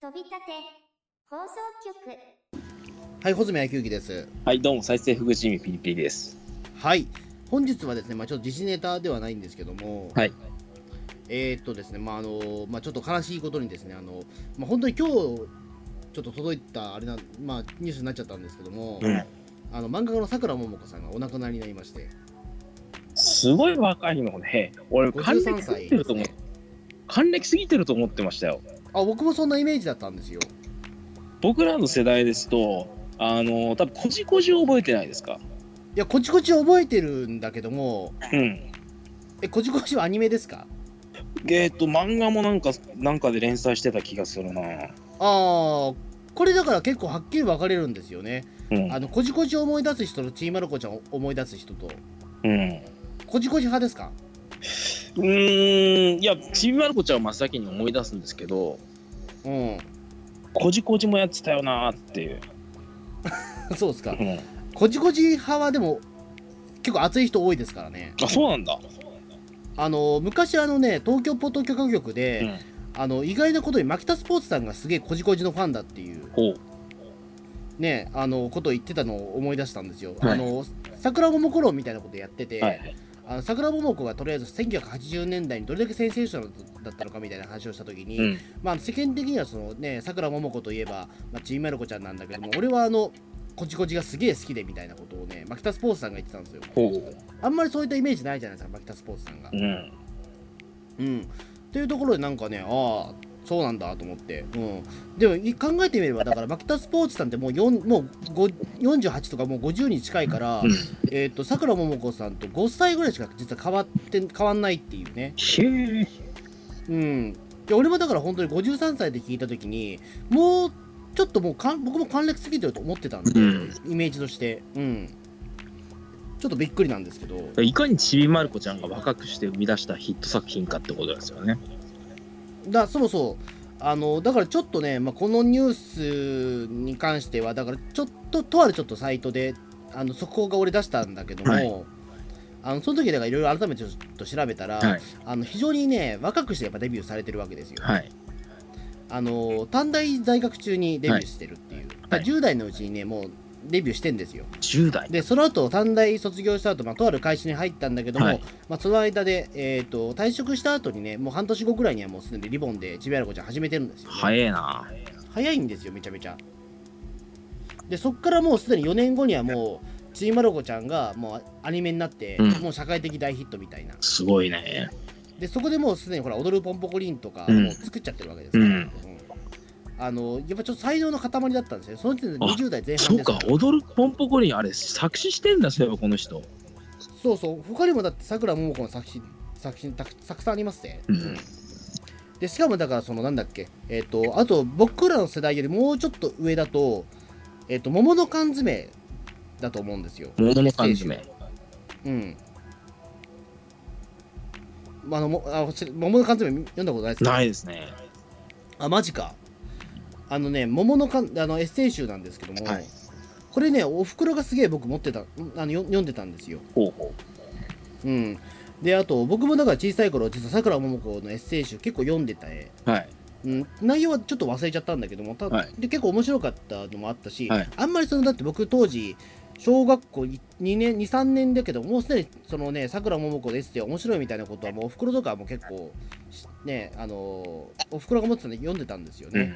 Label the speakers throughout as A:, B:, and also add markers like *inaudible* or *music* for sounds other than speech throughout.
A: 飛び立て放送局
B: はい、穂積野球です。
C: はい、どうも、再生福地味ピリピリです。
B: はい、本日はですね、まあ、ちょっと時事ネタではないんですけども、
C: はい。
B: えーっとですね、まああのまあ、ちょっと悲しいことにですね、あのまあ、本当に今日ちょっと届いたあれな、まあ、ニュースになっちゃったんですけども、
C: うん
B: あの漫画家のさくらももこさんがお亡くなりになりまして、
C: すごい若いのね。俺、還
B: 53
C: 暦す
B: 歳
C: ぎてると思っ還暦すぎてると思ってましたよ。
B: あ僕もそんなイメージだったんですよ。
C: 僕らの世代ですと、あの、多分こじこじを覚えてないですか。
B: いや、こちこち覚えてるんだけども、
C: うん。
B: え、こちこちはアニメですか
C: えっと、漫画もなんか、なんかで連載してた気がするな。
B: ああ、これだから結構はっきり分かれるんですよね。
C: うん
B: あ。の、こちこちを思い出す人と、ちーまる子ちゃんを思い出す人と、
C: うん。う
B: こじこじ派ですか
C: ーん。いや、ちびまる子ちゃんを真っ先に思い出すんですけど、
B: うん。
C: こじこじもやってたよなーっていう。
B: *laughs* そうですか
C: う。ん。
B: こじこじ派はでも、結構熱い人多いですからね。
C: あ、そうなんだ。
B: あの、昔あのね、東京ポッド許可局
C: う
B: で、
C: ん。
B: あの、意外なことに牧田スポーツさんがすげえこじこじのファンだっていう、
C: ほう。
B: ね、あの、ことを言ってたのを思い出したんですよ。
C: はい
B: あの、桜桃子論みたいなことやってて、
C: はい。
B: あの桜桃子がとりあえず1980年代にどれだけセンセーショナルだったのかみたいな話をしたときに、
C: うん。
B: まあ、世間的にはそのね桜桃子といえば、まあ、ちいまる子ちゃんなんだけども俺はあのこちこちがすげえ好きでみたいなことをねマキタスポーツさんが言ってたんですよ
C: ほう。
B: あんまりそういったイメージないじゃないですかマキタスポーツさんが
C: うん。
B: うんっていうところでなんかねああそうなんだと思って、うん、でもい考えてみればだからマキタスポーツさんってもう4もう5 48とかもう50に近いから、
C: うん
B: えっとさくらももこさんと5歳ぐらいしか実は変わって変わんないっていうね
C: へえ。
B: うん、で俺もだから本当に53歳で聞いた時にもうちょっともうかん僕も還暦すぎてると思ってたんで、
C: うん
B: イメージとして、うん、ちょっとびっくりなんですけど
C: いかにちびまる子ちゃんが若くして生み出したヒット作品かってことですよね。
B: だそもそもあのだからちょっとね、まあ、このニュースに関してはだからちょっととあるちょっとサイトであの速報が俺出したんだけども、
C: はい
B: あのその時だからいろいろ改めてちょっと調べたら、
C: はい。
B: あの非常にね若くしてやっぱデビューされてるわけですよ。
C: はい。
B: あの短大在学中にデビューしてるっていう、だから
C: はい
B: 10代のうちにねもうデビューしてんですよ
C: 10代。
B: でその後短大卒業した後、まあとある会社に入ったんだけども、
C: はい
B: まあ、その間で、えー、と退職した後にねもう半年後ぐらいにはもうすでにリボンでちびやる子ちゃん始めてるんですよ、ね
C: 早えな。
B: 早いんですよめちゃめちゃでそっからもうすでに4年後にはもうちびまる子ちゃんがもうアニメになって、
C: うん
B: もう社会的大ヒットみたいな
C: すごいね。
B: でそこでもうすでにほら踊るポンポコリンとか
C: うん
B: もう作っちゃってるわけですから、
C: うん
B: あのやっぱちょっと才能の塊だったんですよねその時点で
C: あ
B: 20代前半です
C: そうか、踊るポンポコリン、あれ、作詞してんだ、そういえば、この人。
B: そうそう他にもだってさくらももこの作品作品たくたくさんありますね、
C: うん
B: でしかもだからそのなんだっけえっ、とあと僕らの世代よりもうちょっと上だとえっ、と桃の缶詰だと思うんですよ
C: 桃の缶詰。
B: うんまああのもあし桃の缶詰読んだことないですか
C: ないですね。
B: あマジかあのね桃のかんあのエッセイ集なんですけども、
C: はい
B: これねおふくろがすげえ僕持ってたうんあのよ読んでたんですよ
C: ほうほ
B: うんであと僕もだから小さい頃実はさくらももこのエッセイ集結構読んでたね
C: う。はい。
B: うん、内容はちょっと忘れちゃったんだけどもた、
C: はい
B: で結構面白かったのもあったし、
C: はい
B: あんまりそのだって僕当時小学校2年23年だけどもうすでにそのねさくらももこのエッセイ面白いみたいなことはもうおふくろとかも結構しねあのーおふくろが持ってたんで読んでたんですよね、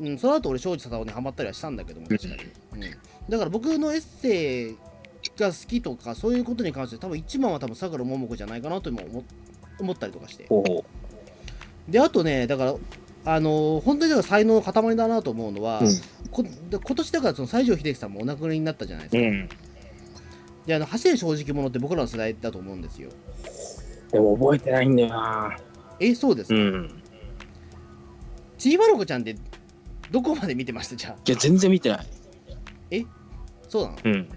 C: うん。
B: うん、その後俺庄司貞夫にハマったりはしたんだけども確かに、うん、だから僕のエッセイが好きとかそういうことに関して多分一番は多分さくらももこじゃないかなとも思思ったりとかして
C: ほうほ
B: であとねだからあのー本当にだから才能の塊だなと思うのは、
C: う。
B: こで今年だからその西城秀樹さんもお亡くなりになったじゃないです
C: う
B: か、
C: ん。
B: であの走れ正直者って僕らの世代だと思うんですよ
C: でも覚えてないんだよな。
B: えそうです
C: う
B: か、
C: ん。
B: ちいまる子ちゃんってどこまで見てましたじゃあ
C: いや、全然見てない。
B: そうなの
C: うん。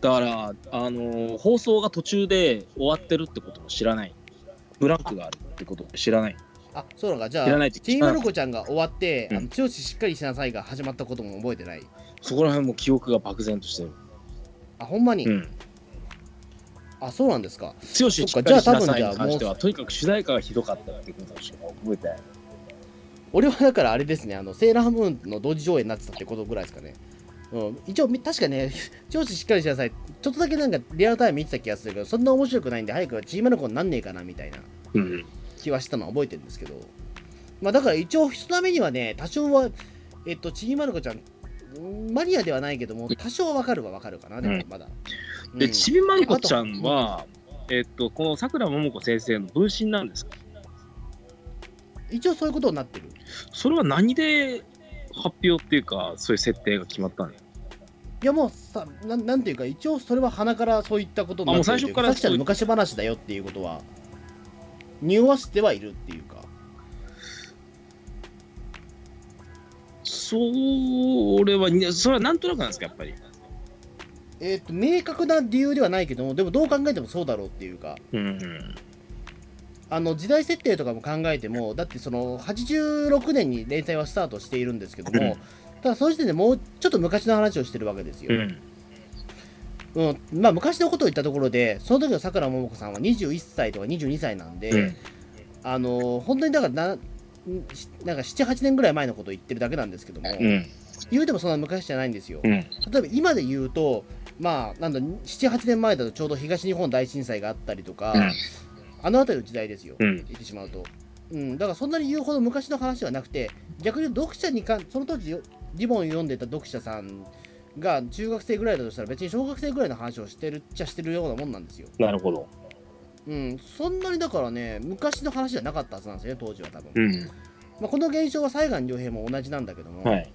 C: だから、あのー放送が途中で終わってるってことも知らない。ブランクがあるってことも知らない。
B: あそうなのかじゃ
C: 知らな
B: あ
C: いと
B: ちいまる子ちゃんが終わって「
C: うん
B: あの剛しっかりしなさい」が始まったことも覚えてない
C: そこら辺も記憶が漠然としてる。
B: あほんまに、
C: うん。
B: あそうなんですか
C: 剛しっかりしな
B: そっか
C: さ
B: じゃあ多分
C: い
B: じゃあ
C: に関しては、とにかく主題歌がひどかったっていうことしか覚えてない。
B: 俺はだからあれですね、あのセーラームーンの同時上映になってたってことぐらいですかね。うん、一応、み確かね、上司しっかりしなさい。ちょっとだけなんかリアルタイム見てた気がするけど、そんな面白くないんで、早くチームの子になんねえかなみたいな
C: うん。
B: 気はしたのは覚えてるんですけど、まあだから一応、人並みにはね、多少は、えっと、ちぎまる子ちゃん、うんマニアではないけども、多少はわかるはわかるかな、でもまだ。う
C: で、
B: ん
C: ちびまる子ちゃんは、えっと、このさくらももこ先生の分身なんですか
B: 一応そういうことになってる。
C: それは何で発表っていうか、そういう設定が決まったの
B: いやもうさな、なんていうか、一応それは鼻からそういったことになって
C: あもう
B: る
C: 最
B: とい
C: 初
B: う
C: か
B: からさっきちゃんの
C: そう
B: 昔話だよっていうことは、匂わせてはいるっていうか。
C: それは、にそれはなんとなくなんですか、やっぱり。
B: えっと明確な理由ではないけどもでもどう考えてもそうだろうっていうか
C: うん。
B: あの時代設定とかも考えてもだってその86年に連載はスタートしているんですけどもただその時点でもうちょっと昔の話をしてるわけです
C: う
B: よ、
C: ん。
B: うんまあ、昔のことを言ったところでその時のさくらももこさんは21歳とか22歳なんで、
C: うん。
B: あの本当にだからなしなんか78年ぐらい前のことを言ってるだけなんですけども、
C: うん。
B: 言うてもそんな昔じゃないんですよ、
C: うん。
B: 例えば今で言うとまあなんだ78年前だとちょうど東日本大震災があったりとか、あの辺りの時代ですよ、
C: うん。
B: 言ってしまうと、うん、だからそんなに言うほど昔の話はなくて逆に読者にかんその当時よリボンを読んでた読者さんが中学生ぐらいだとしたら別に小学生ぐらいの話をしてるっちゃしてるようなもんなんですよ、
C: なるほど。
B: うん、そんなにだからね昔の話じゃなかったはずなんですよね当時は多分、
C: うん。
B: まあ、この現象は西岸良平も同じなんだけども、
C: はい。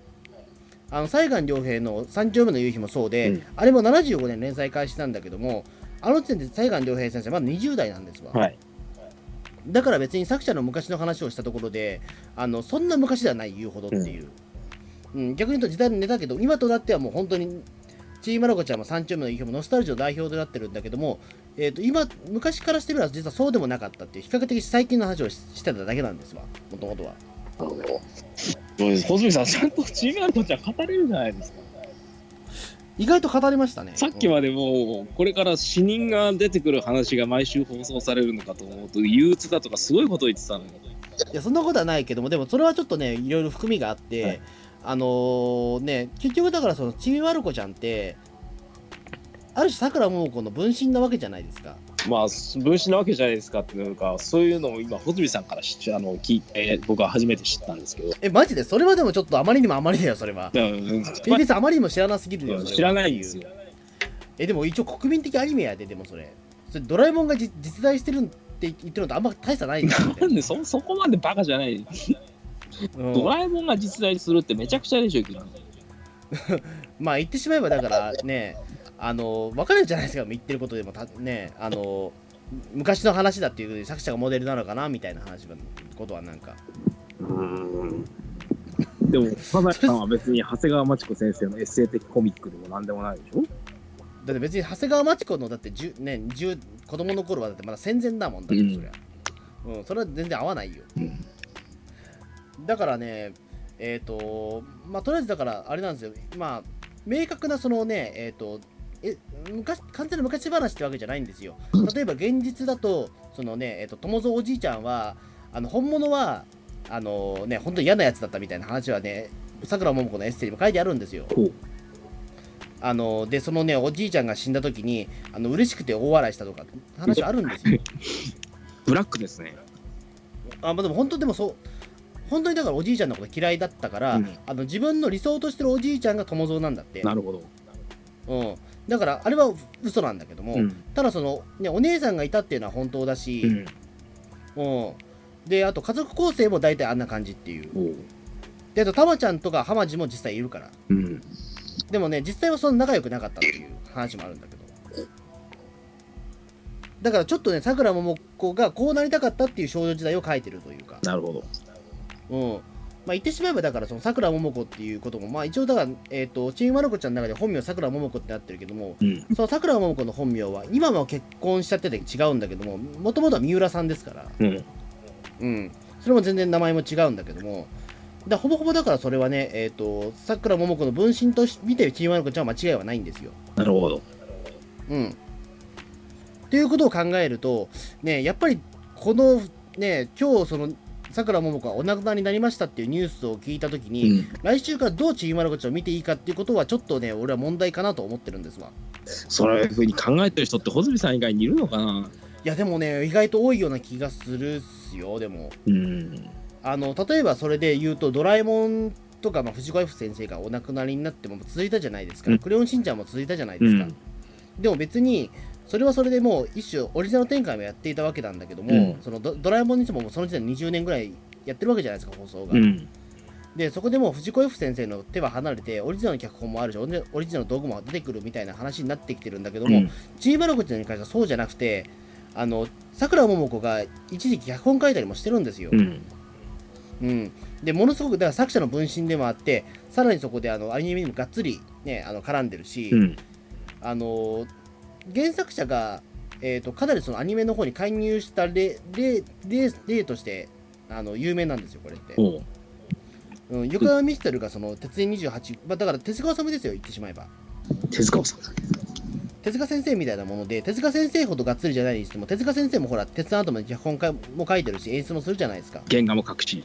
B: あの西岸良平の「三丁目の夕日」もそうで、
C: うん
B: あれも75年連載開始なんだけどもあの時点で西岸良平先生まだ20代なんですわ、
C: はい。
B: だから別に作者の昔の話をしたところであのそんな昔ではない言うほどっていう、うん逆に言うと時代のネタだけど今となってはもう本当にちーまる子ちゃんも三丁目の夕日もノスタルジーの代表となってるんだけども、えー、と今昔からしてみれば実はそうでもなかったっていう比較的最近の話をししてただけなんですわもともとは
C: どうです小泉さん、ちゃんとちびまる子ちゃん語れるじゃないですか。
B: 意外と語りましたね
C: さっきまでもう、これから死人が出てくる話が毎週放送されるのかと思うと、憂鬱だとかすごいこと言ってたの
B: い
C: に。
B: やそんなことはないけどもでもそれはちょっとねいろいろ含みがあって、
C: はい
B: あのーね結局だからそのちびまる子ちゃんってある種さくらももこの分身なわけじゃないですか
C: まあ、分子なわけじゃないですかっていうか、そういうのを今、穂積さんから知っあの聞いて、僕は初めて知ったんですけど、
B: えマジでそれはでもちょっとあまりにもあまりだよそれは TBS あまりにも知らなすぎるよそれは
C: 知らないんですよ。
B: えでも一応国民的アニメやででもそれそれドラえもんがじ実在してるって言ってるのとあんま大差ないんだよ
C: なんでそそこまでバカじゃない、
B: うん
C: ドラえもんが実在するってめちゃくちゃでしょ、君
B: まあ言ってしまえばだからねあの分かるじゃないですか言ってることでもたねあの昔の話だっていう作者がモデルなのかなみたいな話のことはなんか
C: でも、サザエさんは別に長谷川町子先生のエッセイ的コミックでも何でもないでしょ
B: だって別に長谷川町子のだって10ね10子供の頃はだってまだ戦前だもんだって
C: うん
B: そりゃ、うんそれは全然合わないよ、
C: うん
B: だからねえっ、とまあとりあえずだからあれなんですよまあ明確なそのねえっ、とえ昔完全な昔話ってわけじゃないんですよ例えば現実だとそのねえっ、と友蔵おじいちゃんはあの本物はあのね本当に嫌なやつだったみたいな話はねさくらももこのエッセイにも書いてあるんですよ
C: こ
B: あのでそのねおじいちゃんが死んだ時にあの嬉しくて大笑いしたとかって話あるん
C: *laughs*
B: ですよ。
C: う、ブラックですね。
B: あまあ、でも本当でもそう本当にだからおじいちゃんのこと嫌いだったから、
C: うん
B: あの自分の理想としてるおじいちゃんが友蔵なんだって、
C: なるほど。
B: うん、だからあれは嘘なんだけども、
C: うん。
B: ただその、ね、お姉さんがいたっていうのは本当だ
C: う
B: し、
C: ん
B: うんであと家族構成も大体あんな感じっていう
C: おう
B: であとたまちゃんとかはまじも実際いるから
C: うん。
B: でもね、実際はそんな仲良くなかったっていう話もあるんだけど。だからちょっとね、さくらももこがこうなりたかったっていう少女時代を書いてるというか、
C: なるほど。
B: うん。まあ言ってしまえば、だからそのさくらももこっていうことも、まあ一応だから、えっ、と、ちんまる子ちゃんの中で本名さくらももこってなってるけども、
C: うん。
B: そのさくらももこの本名は、今も結婚しちゃってて違うんだけども、もともとは三浦さんですから、
C: うん。
B: うん。それも全然名前も違うんだけども、だほぼほぼだからそれはね、えっ、と、さくらももこの分身とし見てるちんまる子ちゃんは間違いはないんですよ。
C: なるほど。
B: うん。っていうことを考えると、ね、やっぱりこの、ね、今日そのさくらももこがお亡くなりになりましたっていうニュースを聞いたときに、
C: うん、
B: 来週からどうちびまる子ちゃんを見ていいかっていうことは、ちょっとね、俺は問題かなと思ってるんですわ。
C: そういうふうに考えてる人って、穂積さん以外にいるのかな。
B: いや、でもね、意外と多いような気がするっすよ、でも。
C: うん、
B: あの例えばそれで言うと、ドラえもんとか、まあ、藤子 F 先生がお亡くなりになっても続いたじゃないですか、
C: うん
B: クレヨンしんちゃんも続いたじゃないで
C: う
B: すか、
C: ん、
B: でも別に、それはそれでもう一種オリジナル展開もやっていたわけなんだけども、
C: うん
B: そのドドラえもんにしてももうその時点で20年ぐらいやってるわけじゃないですか、放送が。
C: うん、
B: で、そこでもう藤子 F 先生の手は離れて、オリジナルの脚本もあるし、オリジオリジナルの道具も出てくるみたいな話になってきてるんだけど
C: う
B: も、
C: ん、
B: チーバルコちゃんに関してはそうじゃなくて、あのさくらももこが一時期脚本書いたりもしてるんですよ。
C: うん、
B: うん、でものすごくだから作者の分身でもあってさらにそこであのアニメにもがっつり、ね、あの絡んでるし、
C: うん、
B: あの原作者が、えー、とかなりそのアニメの方に介入した例例例例としてあの有名なんですよこれって、
C: おう
B: うん、横山ミステルがその「鉄人28」まあ、だから手塚治虫ですよ言ってしまえば
C: 手塚治虫。
B: 手塚先生みたいなもので手塚先生ほどがっつりじゃないにしても手塚先生もほら鉄腕アトムの脚本家も書いてるし演出もするじゃないですか
C: 原画も隠し。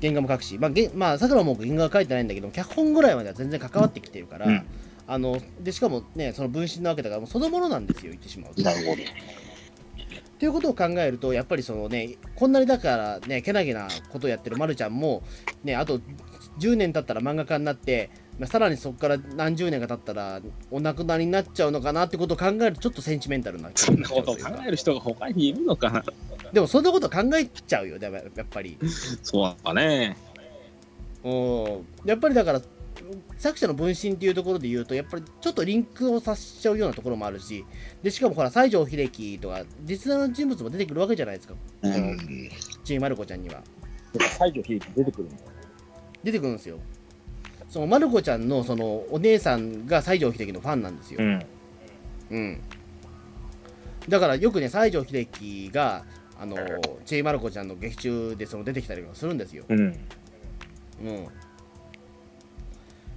B: 原画も書くし、まあ、げまあ、桜も僕原画は書いてないんだけど、脚本ぐらいまでは全然関わってきてるから、
C: うん
B: あのでしかもね、その分身なわけだから、もうそのものなんですよ、言ってしまうと。
C: るほど。
B: ということを考えると、やっぱりそのね、こんなにだからね、けなげなことをやってるまるちゃんも、ね、あと10年経ったら漫画家になって、まあ、さらにそこから何十年か経ったら、お亡くなりになっちゃうのかなってことを考えると、ちょっとセンチメンタルな
C: そんなことを考える人が他にいるのかな。
B: でも、そんなこと考えちゃうよ、でもやっぱり。
C: そうだね。
B: うんやっぱりだから作者の分身っていうところで言うとやっぱりちょっとリンクを察しちゃうようなところもあるしでしかもほら西城秀樹とか実在の人物も出てくるわけじゃないですか。
C: うん
B: ちびまる子ちゃんには
C: 西城秀樹出てくるの。
B: 出てくるんですよそのまる子ちゃんのそのお姉さんが西城秀樹のファンなんですよ、
C: うん。
B: うん、だからよくね西城秀樹があのちびまる子ちゃんの劇中でその出てきたりもするんですよ
C: うん。
B: うん。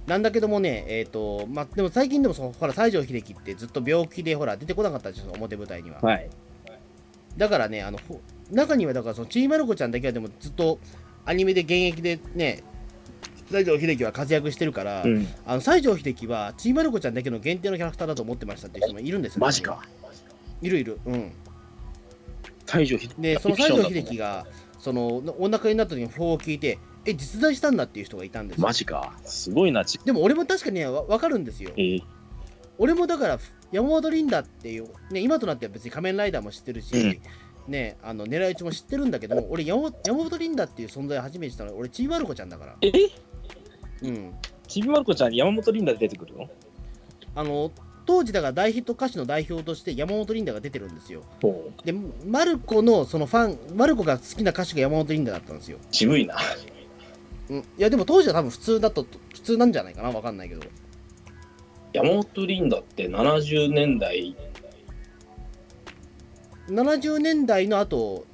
B: なんだけどもね、えっ、と、まあ、でも最近でもそう、ほら、西城秀樹ってずっと病気で、ほら、出てこなかったんですよ、表舞台には。
C: はい。
B: だからね、あの、ほ中には、だから、その、ちいまる子ちゃんだけは、でもずっと、アニメで現役でね、西城秀樹は活躍してるから、
C: ん。
B: あの西城秀樹は、ちいまる子ちゃんだけの限定のキャラクターだと思ってましたっていう人もいるんですよ。
C: マジか。
B: いるいる。うん。
C: 西城秀樹。
B: で、その西城秀樹が、その、お腹になった時に法を聞いて、え、実在したんだっていう人がいたんですよ。
C: マジか。すごいな。ち
B: でも俺も確かにね、わ分かるんですよ。
C: えー
B: 俺もだから山本リンダっていう、ね、今となっては別に仮面ライダーも知ってるし、ね、あの狙い撃ちも知ってるんだけども俺山本山本リンダっていう存在を初めて知ったのは俺ちいまる子ちゃんだから、
C: え
B: うん、
C: ちびまる子ちゃんに山本リンダで出てくるの
B: あの当時だから大ヒット歌手の代表として山本リンダが出てるんですよ
C: ほう
B: でマルコのそのファンマルコが好きな歌手が山本リンダだったんですよ、
C: 渋いな。
B: うん、いやでも当時は多分普通だと普通なんじゃないかなわかんないけど
C: 山本リンダって70年代。
B: 70年代のあと、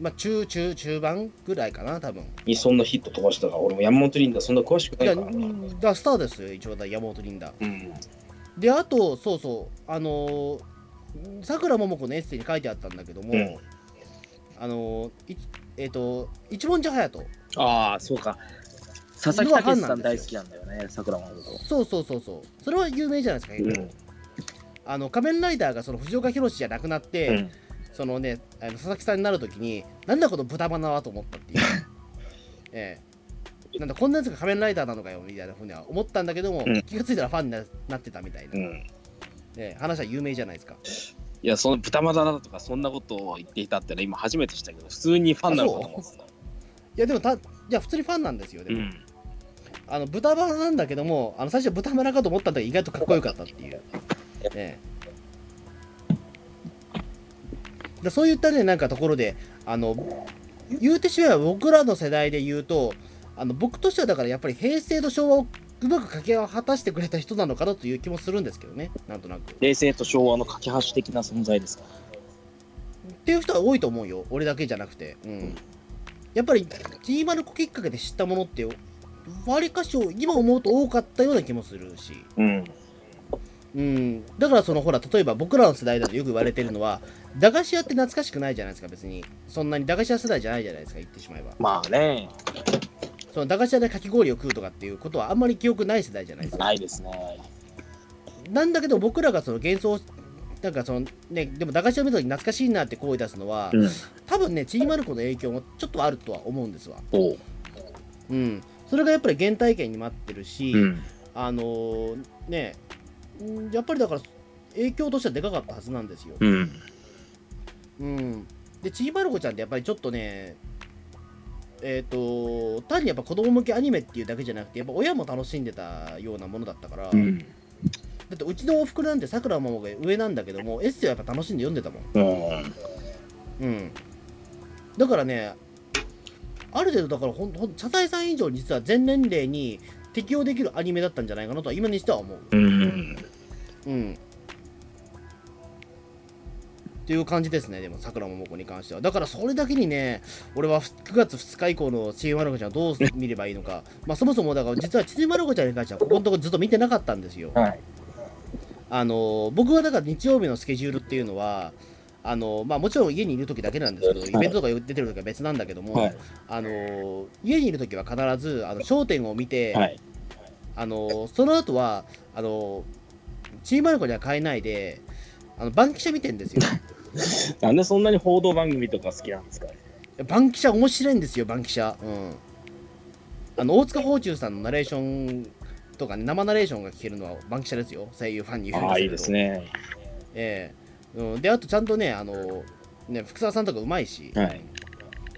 B: まあ、中中中盤ぐらいかな多分
C: にそんなヒット飛ばしたから俺も山本リンダそんな詳しく
B: い
C: ない
B: や、
C: からな
B: うんだスターですよ、一応だ、山本リンダ。
C: うん
B: で、あと、そうそう、あのー、さくらももこのエッセイに書いてあったんだけども、
C: うん
B: あのー、いえっ、と、一文字隼人。
C: ああそうか佐々木武さん大好きなんだよね桜間の子
B: そうそうそうそう。それは有名じゃないですか、結構あの、仮面ライダーがその藤岡弘じゃなくなって、
C: うん
B: そのね、あの佐々木さんになるときに、なんだこの豚バナはと思った
C: *laughs*
B: っていう。ええなんだこんなやつが仮面ライダーなのかよみたいなふうには思ったんだけども、
C: うん
B: 気がついたらファンにななってたみたいな、
C: うん
B: ええ話は有名じゃないですか。
C: いやその豚まだだとかそんなことを言っていたってのは今初めてしたけど普通にファンなのかと思ってた
B: いやでもた、いや普通にファンなんですよ、で
C: う
B: も、
C: ん
B: あの豚バラなんだけども、あの最初は豚バラかと思ったんだけど、意外とかっこよかったっていう。ええだそういったね、なんかところで、あの言うてしまえば僕らの世代で言うと、あの僕としてはだからやっぱり平成と昭和をうまく掛け合わ果たしてくれた人なのかなという気もするんですけどね、なんとなく。っ
C: 冷静と昭和の架け橋的な存在ですか
B: ていう人は多いと思うよ、俺だけじゃなくて。うん、やっぱり、ちいまる子きっかけで知ったものって、わりかし今思うと多かったような気もするし。
C: うん
B: うん、だからそのほら例えば僕らの世代だとよく言われてるのは駄菓子屋って懐かしくないじゃないですか別にそんなに駄菓子屋世代じゃないじゃないですか言ってしまえば
C: まあね、
B: その駄菓子屋でかき氷を食うとかっていうことはあんまり記憶ない世代じゃないですか
C: ないですね。
B: なんだけど僕らがその幻想なんかそのねでも駄菓子屋を見た時懐かしいなって声出すのは
C: うん。
B: 多分ねちびまる子の影響もちょっとあるとは思うんですわ
C: おう。
B: うんそれがやっぱり原体験に待ってるし、
C: うん。
B: あのーねうんやっぱりだから影響としてはでかかったはずなんですよ
C: うん。
B: うん、でちびまる子ちゃんってやっぱりちょっとねえっ、と単にやっぱ子供向けアニメっていうだけじゃなくてやっぱ親も楽しんでたようなものだったから、
C: う
B: だ
C: ん。
B: ってうちのおふくろなんてさくらももが上なんだけどもエッセイはやっぱ楽しんで読んでたもん、
C: う
B: う
C: ん。
B: ん、だからねある程度だからほんほん茶谷さん以上に実は全年齢に適応できるアニメだったんじゃないかなとは今にしては思う
C: うん。
B: うん。っていう感じですね、でも、さくらももこに関しては。だから、それだけにね、俺は9月2日以降のちびまる子ちゃんをどう見ればいいのか、まあ、そもそも、だから、実はちびまる子ちゃんに関しては、ここのところずっと見てなかったんですよ。
C: はい
B: あの僕はだから、日曜日のスケジュールっていうのは、あのまあ、もちろん家にいる時だけなんですけど、
C: はい
B: イベントとか出てる時は別なんだけども、
C: はい
B: あの家にいる時は必ず、あの商店を見て、
C: はい。
B: あのその後はあのチームマルコには変えないであのバンキシャ見てん
C: *laughs*
B: ですよ
C: なんでそんなに報道番組とか好きなんですか
B: バンキシャ面白いんですよバンキシャ、うん、あの大塚芳忠さんのナレーションとかね、生ナレーションが聞けるのはバンキシャですよ声優ファンに言うん
C: ああ、いいです
B: ね、
C: ね。
B: ええうん、であとちゃんとねあのね福沢さんとかうまいし、
C: はい。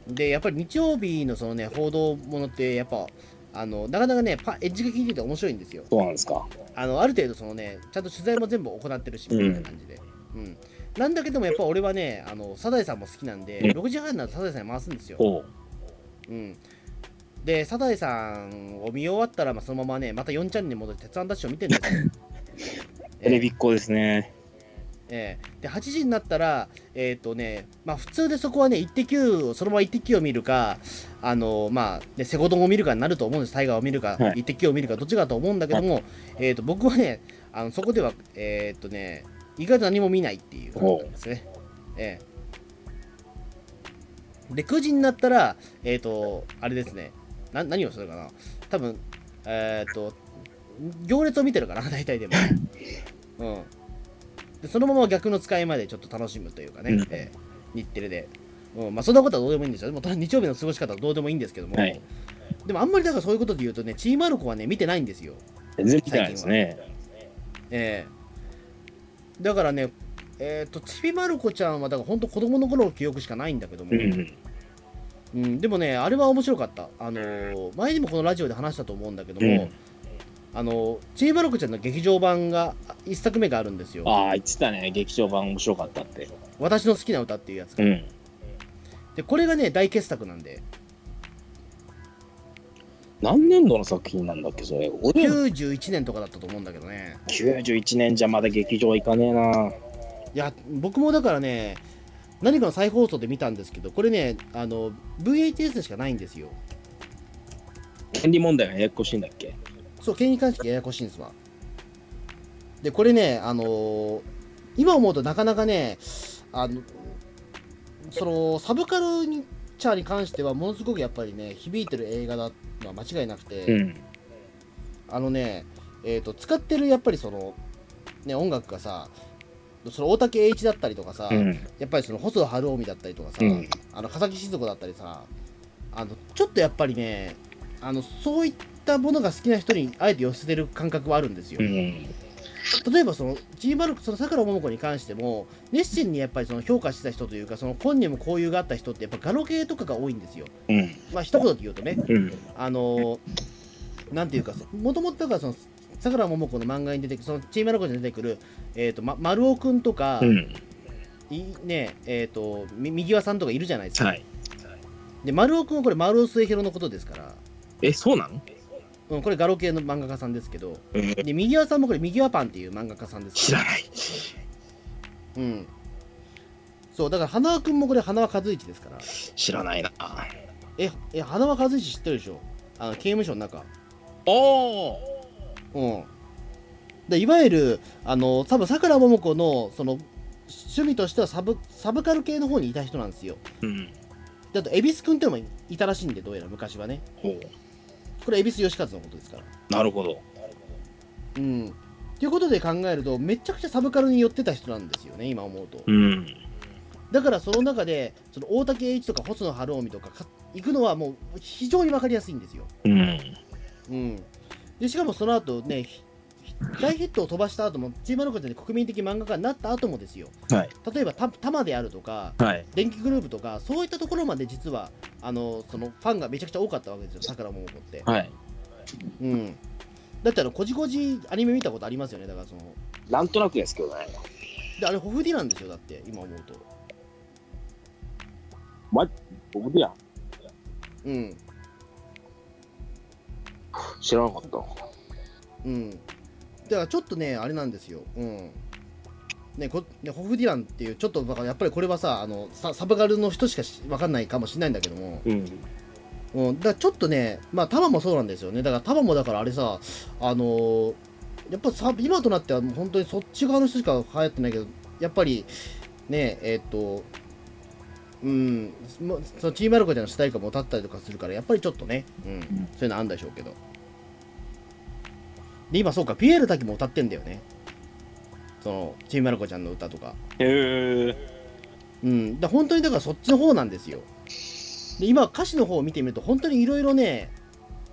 B: でやっぱり日曜日のそのね報道ものってやっぱあのなかなかねパエッジが効いてて面白いんですよ
C: そうなんですか。
B: あのある程度そのねちゃんと取材も全部行ってるしみたいな感じで、うんなんだけどもやっぱ俺はねあのサザエさんも好きなんで、
C: うん
B: 6時半になるとサザエさんに回すんですよ、
C: おう。
B: うん、でサザエさんを見終わったら、まあ、そのままねまた4チャンネルに戻って鉄腕ダッシュを見てるん
C: *laughs*
B: ですよ
C: テレビっ子ですね。
B: ええで8時になったら、えっ、とね、まあ普通でそこはね、イッテ Q を、そのままイッテ Q を見るか、あの、まあ、ね、セゴドンを見るかになると思うんです。タイガーを見るか、
C: は
B: イ
C: い
B: ッテ Q を見るか、どっちかだと思うんだけども、えっ、と、僕はね、あのそこでは、えっ、とね、意外と何も見ないっていう
C: おう
B: ですね。ええで、9時になったら、えっ、と、あれですね、な何をするかな。多分、えっ、と、行列を見てるかな、 *laughs* 大体でも。うん。でそのまま逆の使いまでちょっと楽しむというかね、
C: うん
B: えー日テレで、うんまあ、そんなことはどうでもいいんですよ、でも日曜日の過ごし方はどうでもいいんですけども、
C: はい
B: でもあんまりだからそういうことで言うとね、チーマルコはね、見てないんですよ。
C: 全然見てないですね。
B: えーだからね、えっとちびまる子ちゃんはだから本当子供の頃の記憶しかないんだけども、
C: うんうん。
B: うんでもね、あれは面白かった、あのー前にもこのラジオで話したと思うんだけど
C: う
B: も、
C: ん
B: あのーちびまる子ちゃんの劇場版が1作目があるんですよ、
C: ああ、言ってたね。劇場版面白かったって。
B: 私の好きな歌っていうやつが
C: うん。
B: でこれがね大傑作なんで
C: 何年度の作品なんだっけ、それ。俺は
B: 91年とかだったと思うんだけどね
C: 91年じゃまだ劇場行かねえな。
B: いや僕もだからね何かの再放送で見たんですけどこれねあの VHS でしかないんですよ
C: 権利問題がややこしいんだっけ
B: そう権威関係ややこしいんですわでこれねあのー今思うとなかなかねあのそのサブカルにチャーに関してはものすごくやっぱりね響いてる映画だのは間違いなくて、
C: うん。
B: あのね、えー、と使ってるやっぱりその、ね、音楽がさその大竹栄一だったりとかさ、
C: うん。
B: やっぱりその細田晴臣だったりとかさ、
C: うん
B: あの笠木静子だったりさあのちょっとやっぱりねあのそういったものが好きな人にあえて寄せてる感覚はあるんですよ、
C: うん。
B: 例えばその G マルクその桜桃子に関しても熱心にやっぱりその評価してた人というかその本人も交友があった人ってやっぱガロ系とかが多いんですよ
C: うん。
B: まあ一言で言うとね
C: うん。
B: あのーなんていうか、もともとだからその、さくらももこの漫画に出てくる、そのチームラロコに出てくる、えーとま、丸尾くんとか、
C: うん。
B: いねえーとみ右輪さんとかいるじゃないですか。
C: はい。
B: で、丸尾くんはこれ、丸尾末広のことですから、
C: え、そうなの
B: うん、これ、ガロ系の漫画家さんですけど、
C: うん
B: で右輪さんもこれ、右輪パンっていう漫画家さんです
C: 知
B: から
C: ない。
B: ら、うん、そう、だから、花輪くんもこれ、花輪和一ですから、
C: 知らないな。あ
B: え、え花輪和一知ってるでしょ、あの刑務所の中。
C: あ。
B: うん。でいわゆるあの多分さくらももこのその趣味としてはサブサブカル系の方にいた人なんですよ
C: うん。
B: であと恵比寿君っていうのもいたらしいんでどうやら昔はね
C: ほう。
B: これ恵比寿義和のことですから
C: なるほど。
B: うんということで考えるとめちゃくちゃサブカルに寄ってた人なんですよね今思うと
C: うん。
B: だからその中でその大竹栄一とか細野晴臣とかか行くのはもう非常に分かりやすいんですよ
C: うん。
B: うん、でしかもその後ね、ひひ大ヒットを飛ばした後も、ちーまる子ちゃんで国民的漫画家になった後もですよ、
C: はい
B: 例えばた、タマであるとか、
C: はい。
B: 電気グループとか、そういったところまで実はあのそのファンがめちゃくちゃ多かったわけですよ、さくらももこって。
C: はい。
B: うん、だってあの、こじこじアニメ見たことありますよね、だからその。
D: なんとなくですけどね。
B: であれ、ホフディランですよ、だって、今思うと。
D: ボブディラン
B: うん、
D: 知らなかった。
B: うん。だからちょっとね、あれなんですよ。うん。ね、こねホフディランっていう、ちょっとだからやっぱりこれはさ、あのササブガルの人しかしわかんないかもしれないんだけども、
D: うん。
B: うん、だからちょっとね、まあ、タマもそうなんですよね。だからタマもだからあれさ、あのーやっぱさ今となってはもう本当にそっち側の人しか流行ってないけど、やっぱり、ね、えーっと、うん、もうそのチーマルコちゃんの主題歌も歌ったりとかするから、やっぱりちょっとね、うん、そういうのあるんでしょうけど。で、今そうか、ピエール滝も歌ってんだよね。その、チーマルコちゃんの歌とか。
D: へえ。
B: うん、だから本当にだからそっちの方なんですよ。で今歌詞の方を見てみると本当にいろいろね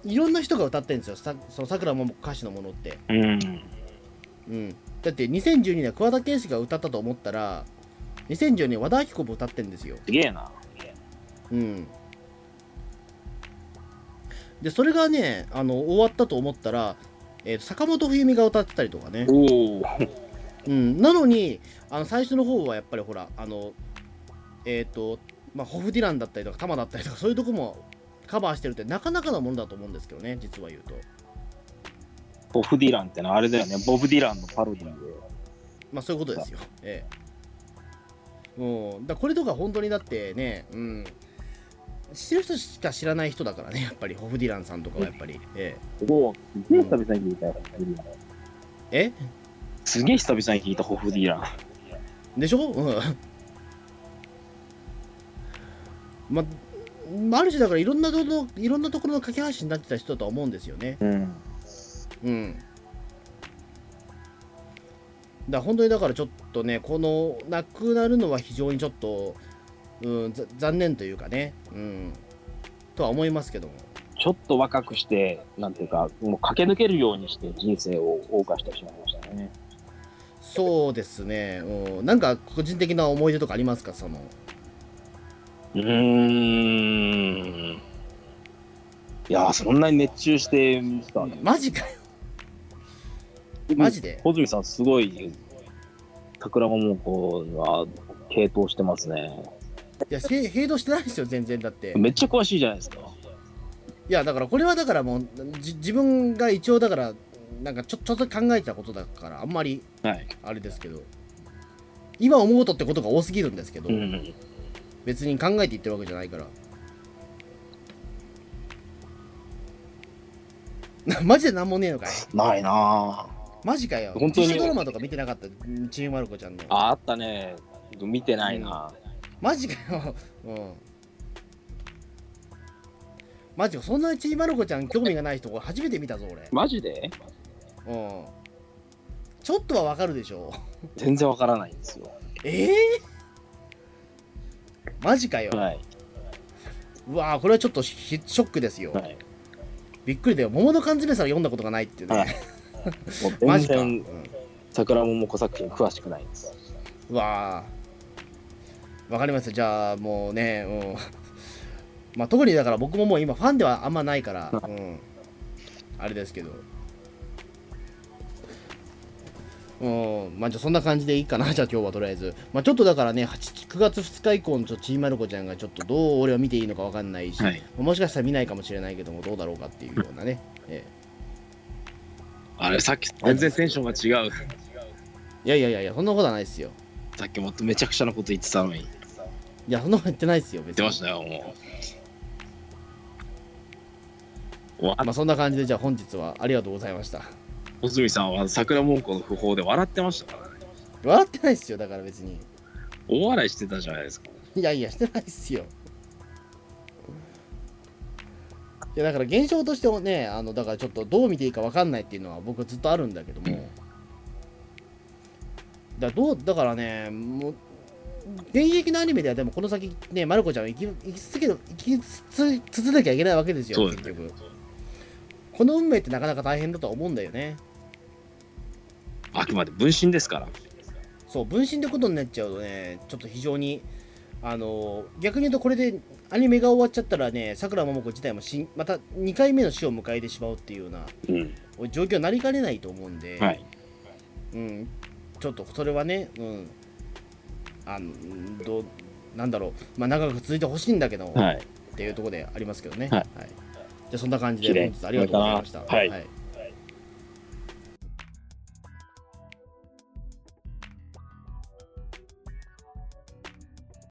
B: いろんな人が歌ってるんですよさその桜もも歌詞のものって。
C: うん。
B: うん、だって2012年は桑田佳祐が歌ったと思ったら2014年和田アキ子も歌ってるんですよ。
D: すげえな。
B: うん、でそれがねあの終わったと思ったら、えー坂本冬美が歌ってたりとかね。
C: おお。
B: うん、なのにあの最初の方はやっぱりほらあのえっ、とまあホフディランだったりとかタマだったりとかそういうとこもカバーしてるってなかなかなものだと思うんですけどね実は言うと
D: ボブディランってのはあれだよね。ボブディランのパロディで。
B: まあそういうことですよええもうだこれとか本当にだってねうん知ってる人しか知らない人だからねやっぱりホフディランさんとかはやっぱりえ
D: すごい。すげえ久々に聞いたよ。
B: え
D: すげえ久々に聞いたホフディラン。
B: えでしょ *laughs* うんまあある種だからいろんなところいろんなところの架け橋になってた人だとは思うんですよね
D: うん。
B: うん。だから本当にだからちょっとね、このなくなるのは非常にちょっと、うん、ざ残念というかね、うん、とは思いますけども。
D: ちょっと若くして、なんていうか、もう駆け抜けるようにして人生を謳歌してしまいましたね。
B: そうですね、うん、なんか個人的な思い出とかありますか、その。
D: うーん。いやー、そんなに熱中して見てたね。
B: マジかよ、マジで。
D: 小泉さん、すごい、桜間桃子は傾倒してますね。
B: いや、せ併動してないですよ、全然だって。
D: めっちゃ詳しいじゃないですか。
B: いや、だからこれはだからもう、じ自分が一応だから、なんかちょちょっと考えたことだから、あんまり
D: はい。
B: あれですけど今思うとってことが多すぎるんですけど、
D: うん。
B: 別に考えて言ってるわけじゃないからなマジで何もねえのかい
D: ないな
B: マジかよ
D: 本当に
B: 実写ドラマとか見てなかったチームまる子ちゃんの
D: あああったね。見てないな、
B: マジかようんマジかそんなにチームまる子ちゃん興味がない人これ初めて見たぞ俺
D: マジで
B: うんちょっとはわかるでしょ
D: 全然わからないんですよ。
B: ええマジかよ、
D: はい。
B: うわーこれはちょっとシショックですよ、
D: はい。
B: びっくりだよ桃の缶詰さんは読んだことがないっていうね、
D: はいもう全
B: マジか、うん
D: 然、桜桃子作品詳しくないんです。
B: うわーわかりましたじゃあもう *laughs* ね、うん、まあ特にだから僕ももう今ファンではあんまないから、うん、あれですけどうんまあじゃあそんな感じでいいかなじ *laughs* ゃあ今日はとりあえずまあちょっとだからね8 9月2日以降のちょっとちいまる子ちゃんがちょっとどう俺は見ていいのかわかんないし、
C: はい。
B: もしかしたら見ないかもしれないけどもどうだろうかっていうようなね、ええ
C: あれ、さっき全然テンションが違う。
B: いやいやいやいや、そんなことはないですよ。
C: さっきもっとめちゃくちゃなこと言ってたのに。
B: いや、そんなこと言ってないですよ、別
C: 出
B: に。
C: ましたよ、もう。わ
B: まあ、そんな感じで、じゃあ本日はありがとうございました。
C: 穂積さんは桜文庫の訃報で笑ってましたからね。
B: 笑ってないっすよだから別に
C: 大笑いしてたじゃないですか。
B: いやいやしてないっすよいやだから現象としてもねあのだからちょっとどう見ていいか分かんないっていうのは僕はずっとあるんだけども、だどうだからねもう現役のアニメではでもこの先ねまる子ちゃんは生き生き続ける生きつつ続けなきゃいけないわけですよ
C: そうです
B: 結
C: ね
B: 局この運命ってなかなか大変だとは思うんだよね
C: あくまで分身ですから。
B: そう分身ってことになっちゃうとねちょっと非常にあの逆に言うとこれでアニメが終わっちゃったらねさくらももこ自体も死んまた2回目の死を迎えてしまうっていうような
D: うん。
B: 状況になりかねないと思うんで、
C: はい。
B: うん、ちょっとそれはね、うん、あのうんどうなんだろう、まあ、長く続いてほしいんだけど、
D: はい。
B: っていうところでありますけどね、
D: はい
B: じゃあそんな感じで
D: 綺麗
B: 本日ありがとうございました。
D: はい
B: はい